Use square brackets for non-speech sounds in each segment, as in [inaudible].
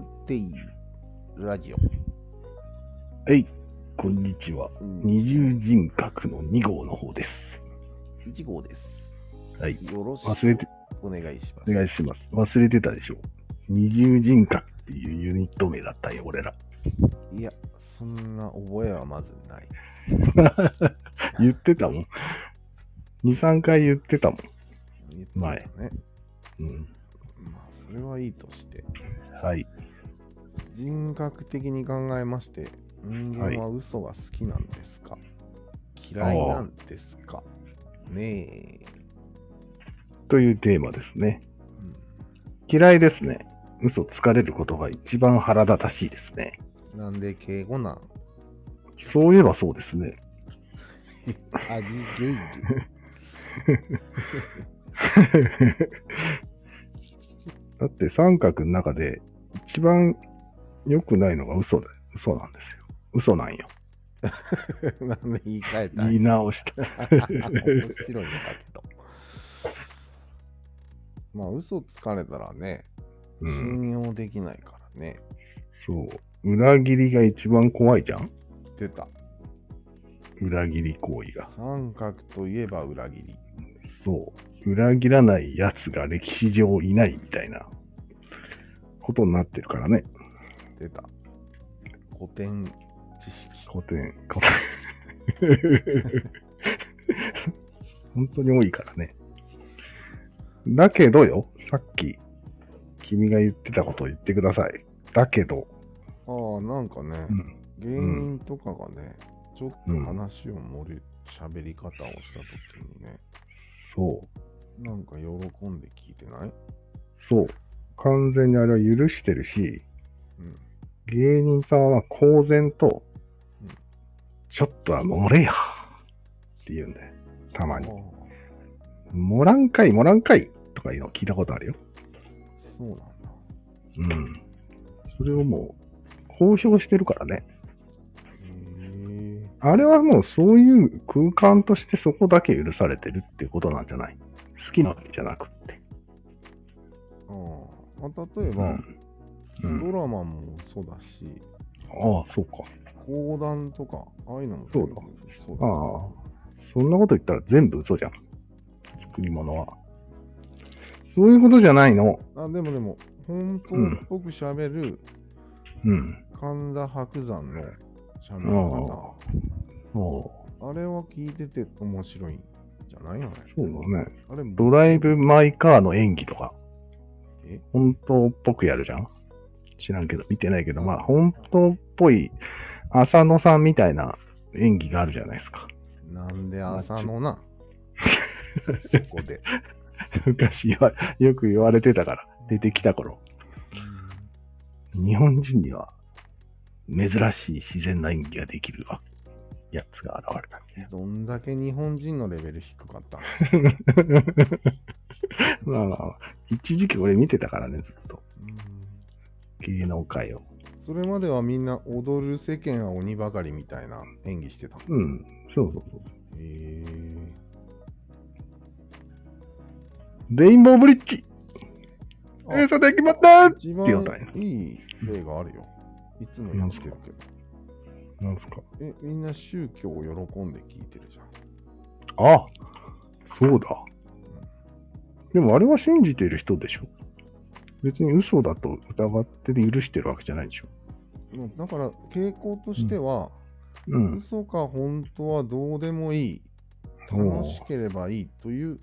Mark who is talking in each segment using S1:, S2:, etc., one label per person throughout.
S1: っていいラジオ。
S2: はい、こんにちは。
S1: うん、
S2: 二重人格の2号の方です。
S1: 1号です。
S2: はい。
S1: よろし
S2: 忘れ
S1: く
S2: て、
S1: お願いします。
S2: お願いします。忘れてたでしょ。二重人格っていうユニット名だったよ、俺ら。 [laughs]
S1: いや、そんな覚えはまずない。
S2: 言ってたもん。2、3回言ってたも
S1: 言ってたね。
S2: ん。うん。
S1: まあ、それはいいとして。
S2: はい。
S1: 人格的に考えまして、人間は嘘は好きなんですか、嫌いなんですかねえ。
S2: というテーマですね。
S1: うん
S2: 嫌いですね。嘘つかれることが一番腹立たしいですね。
S1: なんで敬語なん
S2: そういえばそうですね。
S1: アビゲイル。 [laughs]
S2: [laughs] だって三角の中で一番良くないのが嘘だ。嘘なんですよ。嘘なんよ。
S1: なんで言い換えたん
S2: 言い直した。
S1: 面白いんだけど。まあ、嘘つかれたらね、
S2: うん、
S1: 信用できないからね。
S2: そう。裏切りが一番怖いじゃん
S1: 出た。
S2: 裏切り行為が。
S1: 三角といえば裏切り。
S2: そう。裏切らない奴が歴史上いないみたいなことになってるからね。
S1: 出た。古典知識。
S2: 古典、古典。 [laughs] 本当に多いからね。だけどよ、さっき、君が言ってたことを言ってください。だけど、
S1: ああ、なんかね、
S2: うん
S1: 芸人とかがね、ちょっと話を盛る喋り方をしたときにね、
S2: そう、
S1: なんか喜んで聞いてない
S2: そう。完全にあれは許してるし、
S1: うん。
S2: 芸人さんは公然と
S1: うん、
S2: ちょっとは盛れやって言うんだよ。たまに。
S1: あ
S2: もらんかい、もらんかいとかいうのを聞いたことあるよ。
S1: あそうなんだ。
S2: うん。それをもう、公表してるからね。
S1: へえ。
S2: あれはもうそういう空間としてそこだけ許されてるっていうことなんじゃない好きなわけじゃなくって。
S1: ああ。まあ、例えば、
S2: う
S1: ド
S2: ん。
S1: ラマもそうだし、
S2: ああ、そうか。
S1: 講談とか、ああいうのも
S2: そうだ
S1: そう
S2: あ
S1: だ。
S2: あ。そんなこと言ったら全部嘘じゃん。作り物は。そういうことじゃないの。
S1: あでもでも、本当
S2: うん
S1: っぽく喋る
S2: うん。
S1: 神田伯山の喋り
S2: あ
S1: 方、
S2: そう。
S1: あれは聞いてて面白いんじゃないの
S2: そうだね。
S1: あれ、
S2: ドライブ・マイ・カーの演技とか
S1: え、
S2: 本当っぽくやるじゃん知らんけど、見てないけど、まあ、本当っぽい、浅野さんみたいな演技があるじゃないですか。
S1: なんで朝のな。そこで。
S2: [laughs] 昔言わよく言われてたから、出てきた頃。日本人には珍しい自然な演技ができるわやつが現れたみたいな。
S1: どんだけ日本人のレベル低かったの
S2: まあまあ、一時期俺見てたからね、ずっと。
S1: うん
S2: 芸能界を。
S1: それまではみんな踊る世間は鬼ばかりみたいな演技してたの。
S2: うん、そうそうそう。
S1: へえ。
S2: レインボーブリッジ
S1: あ
S2: 映像で決まった
S1: 一番
S2: いうのだよ
S1: いい例があるよ。いつも言ってるけど。
S2: なんすか
S1: え、みんな宗教を喜んで聞いてるじゃん。
S2: あそうだ。でもあれは信じてる人でしょ別に嘘だと疑って許してるわけじゃないでしょ
S1: もうだから傾向としては、
S2: うん。
S1: 嘘か本当はどうでもいい、楽しければいいという、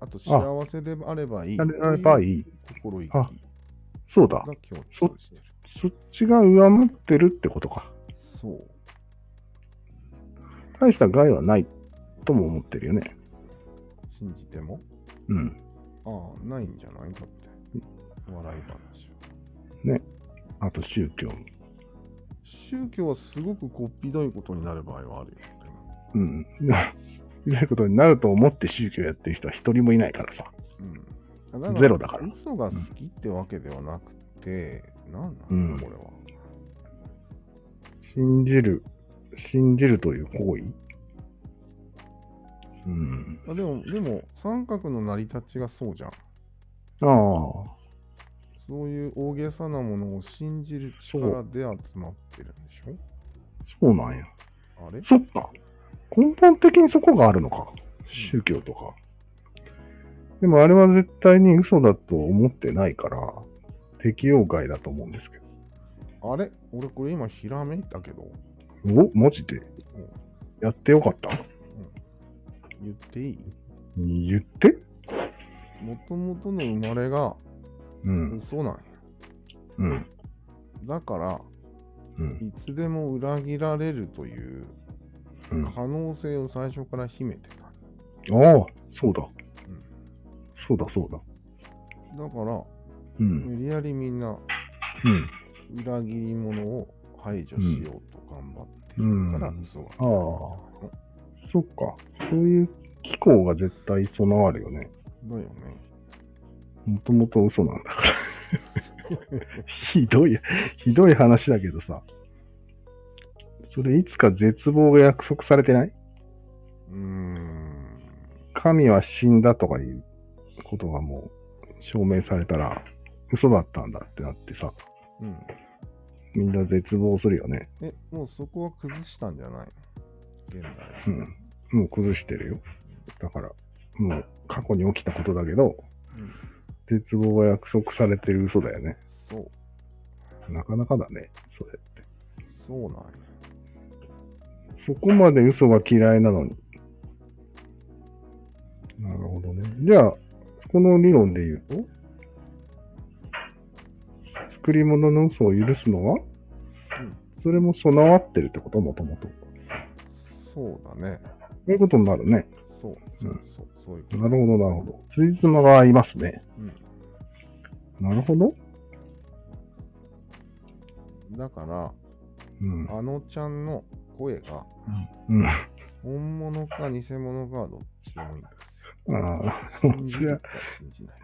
S1: あと幸せであればいい
S2: や
S1: と
S2: れればい
S1: いう
S2: い。
S1: 心意気が
S2: あそうだ。
S1: 強調してる。
S2: そっちが上回ってるってことか。
S1: そう。
S2: 大した害はないとも思ってるよね。
S1: 信じても
S2: うん。
S1: ああ、ないんじゃないだって。笑い話は。
S2: あと宗教。
S1: 宗教はすごくこっぴどいことになる場合はあるよ。でも
S2: うん。 [laughs] みたいなことになると思って宗教やってる人は一人もいないからさ。
S1: うん、だから
S2: ゼロだから
S1: 嘘が好きってわけではなくて、なんな
S2: うん
S1: のこれは。
S2: 信じる、信じるという行為。うん。
S1: あでも、でも、三角の成り立ちがそうじゃん。
S2: ああ、
S1: そういう大げさなものを信じる力で集まってるんでしょ
S2: そうなんや。
S1: あれ
S2: そっか。根本的にそこがあるのか。宗教とか。でもあれは絶対に嘘だと思ってないから、適用外だと思うんですけ
S1: あれ俺これ今ひらめいたけど、
S2: ど。お、マジでやってよかった。
S1: 言っていい
S2: 言って
S1: もともとの生まれが
S2: うん。
S1: 嘘なんや。
S2: うん。
S1: だから、
S2: うん。
S1: いつでも裏切られるという
S2: うん、あ
S1: 可能性を最初から秘めてた。
S2: あ、そうだ。
S1: うん
S2: そうだ、そうだ。
S1: だから、
S2: うん。
S1: 無理やりみんな
S2: うん。
S1: 裏切り者を排除しようと頑張って
S2: うん
S1: るから
S2: うん
S1: 嘘が。
S2: ああ。そっか。そういう機構が絶対備わるよね。
S1: だよね。
S2: もともと嘘なんだから。 [laughs] ひどい、ひどい話だけどさ。それいつか絶望が約束されてないう
S1: ーん。
S2: 神は死んだとかいうことがもう証明されたら嘘だったんだってなってさ、
S1: うん。
S2: みんな絶望するよね。
S1: え、もうそこは崩したんじゃないの現代。
S2: うん。もう崩してるよ。だから、もう過去に起きたことだけど、
S1: うん
S2: 絶望が約束されてる嘘だよね。
S1: そう。
S2: なかなかだね、それ。
S1: そうなんや。
S2: そこまで嘘が嫌いなのに。なるほどね。じゃあ、この理論で言うと、作り物の嘘を許すのは、
S1: うん
S2: それも備わってるってこともともと。こ
S1: そうだね。
S2: ういうことになるね。
S1: そうそうそう。そういうこ
S2: なるほど、なるほど。つじつまが合いますね。
S1: と。うん
S2: なるほど。
S1: だから、
S2: うん。
S1: あのちゃんの声が
S2: うん。
S1: 本物か偽物かはどっちでもいいんですよ。
S2: ああ、そ
S1: 信じ
S2: りゃ
S1: るか信じない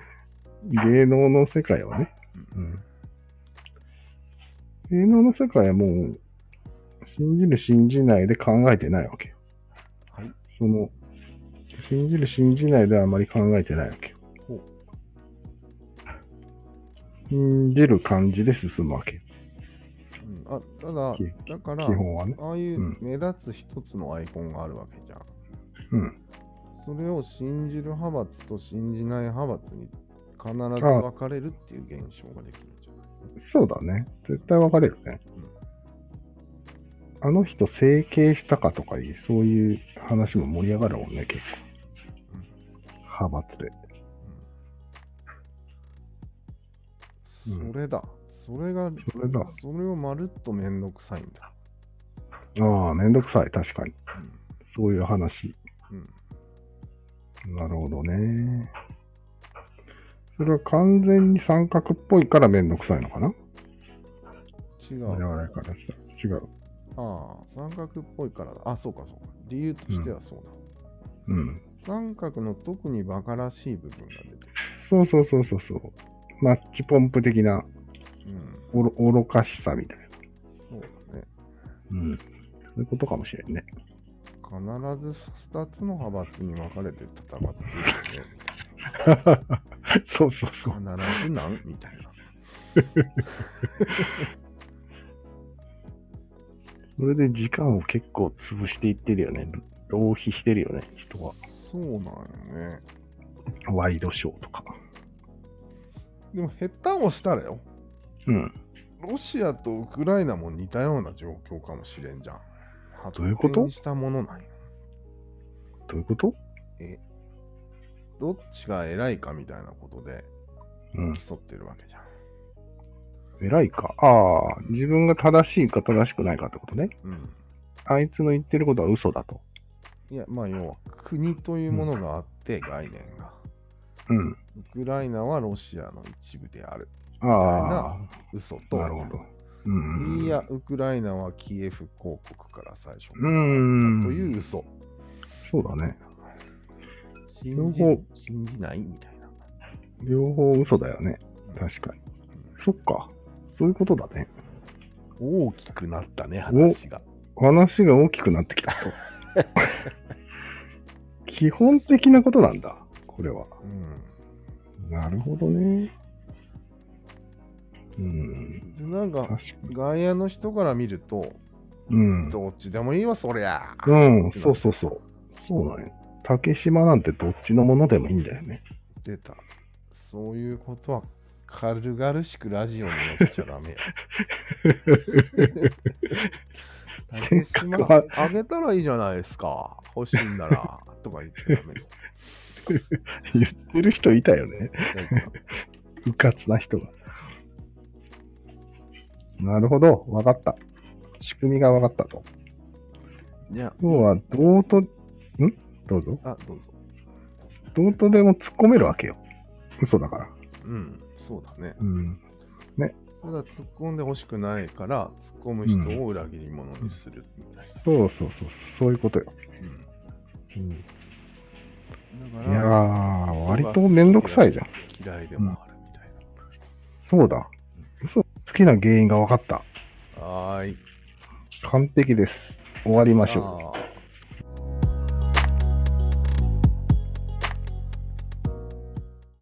S1: か。
S2: 芸能の世界はね。うん。芸能の世界はもう、信じる信じないで考えてないわけよ。
S1: はい。
S2: その、信じる信じないではあまり考えてないわけよ
S1: ほう。
S2: 信じる感じで進むわけよ。
S1: うん、あただ
S2: き、
S1: だか
S2: 基
S1: ら、
S2: 本はね。
S1: ああいううん目立つ一つのアイコンがあるわけじゃん。
S2: うん。
S1: それを信じる派閥と信じない派閥に必ず分かれるっていう現象ができるんじゃない
S2: そうだね。絶対分かれるね。あの人整形したかとかいう、そういう話も盛り上がるもんね、結構。派閥で。うん
S1: それだ。それが、
S2: それだ。
S1: それをまるっとめんどくさいんだ。
S2: ああ、めんどくさい、確かに。そういう話。
S1: うん。うん
S2: なるほどね。それは完全に三角っぽいからめんどくさいのかな
S1: 違
S2: 我
S1: う。
S2: 々からしたら。違う。
S1: ああ、三角っぽいからだ。あ、そうかそうか。理由としてはそうだ。
S2: うん。
S1: 三角の特にバカらしい部分が出てく
S2: そうそうそうそうそう。マッチポンプ的な
S1: る。うん。
S2: おろ愚かしさみたいな。
S1: そうだね。
S2: うん。そういうことかもしれんね。 [laughs]
S1: 必ず2つの派閥に分かれて戦っている
S2: そうそうそう。
S1: ので、必ずなんみたいな。
S2: それで時間を結構潰していってるよね。浪費してるよね、人は。
S1: そうなんよね。
S2: ワイドショーとか。
S1: でも、下手をしたらよ、
S2: うん。
S1: ロシアとウクライナも似たような状況かもしれんじゃん。
S2: どういうこ
S1: 発
S2: と
S1: 展したものなんよ
S2: どういうこと
S1: どっちが偉いかみたいなことで
S2: うん。
S1: 競ってるわけじゃん。
S2: 偉いか。ああ、自分が正しいか正しくないかってことね。
S1: うん。
S2: あいつの言ってることは嘘だと。
S1: いや、まあ、要は、国というものがあって、概念が。
S2: うん。
S1: ウクライナはロシアの一部である。
S2: あ
S1: 嘘
S2: あ、
S1: と。
S2: なるほど。うん。
S1: いや、、ウクライナはキエフ公国から最初
S2: う
S1: に
S2: ん。
S1: という。嘘。
S2: そうだね。
S1: 信じ
S2: 両方
S1: る信じないみたいな。
S2: 両方嘘だよね。確かに。そっか。そういうことだね。
S1: 大きくなったね、話が。
S2: 話が大きくなってきた
S1: [laughs]
S2: と。基本的なことなんだ。これは。
S1: うん、
S2: なるほどね。うん。
S1: でなんか、
S2: 確か
S1: 外野の人から見ると、
S2: に。うん。
S1: どっちでもいいわ、そりゃ。
S2: うん、そうそうそう。そうなんよ。竹島なんてどっちのものでもいいんだよね。 [laughs]
S1: 出た。そういうことは、軽々しくラジオに載せちゃダメ
S2: [laughs]
S1: や。竹島
S2: せっかく
S1: あげたらいいじゃないですか。欲しいんなら、とか言ってダメよ
S2: 言ってる人いたよね。 [laughs]
S1: なんか。
S2: うかつな人が。なるほど。わかった。仕組みがわかったと。
S1: じゃ
S2: 要は、どうと、んどうぞ。
S1: あ、あ、どうぞ。
S2: どうとでも突っ込めるわけよ。嘘だから。
S1: うん、そうだね。
S2: うん。
S1: ただ突っ込んでほしくないから、突っ込む人を裏切り者にするみたいな。
S2: そうそうそう。そういうことよ。
S1: うん、だ
S2: い
S1: か
S2: や
S1: ら、
S2: ー、割とめんどくさいじゃん。
S1: 嫌いでもあるみたい
S2: そうだ。嘘好きな原因が分かった。
S1: な。はーい。
S2: 完璧です。終わりましょう。
S1: あー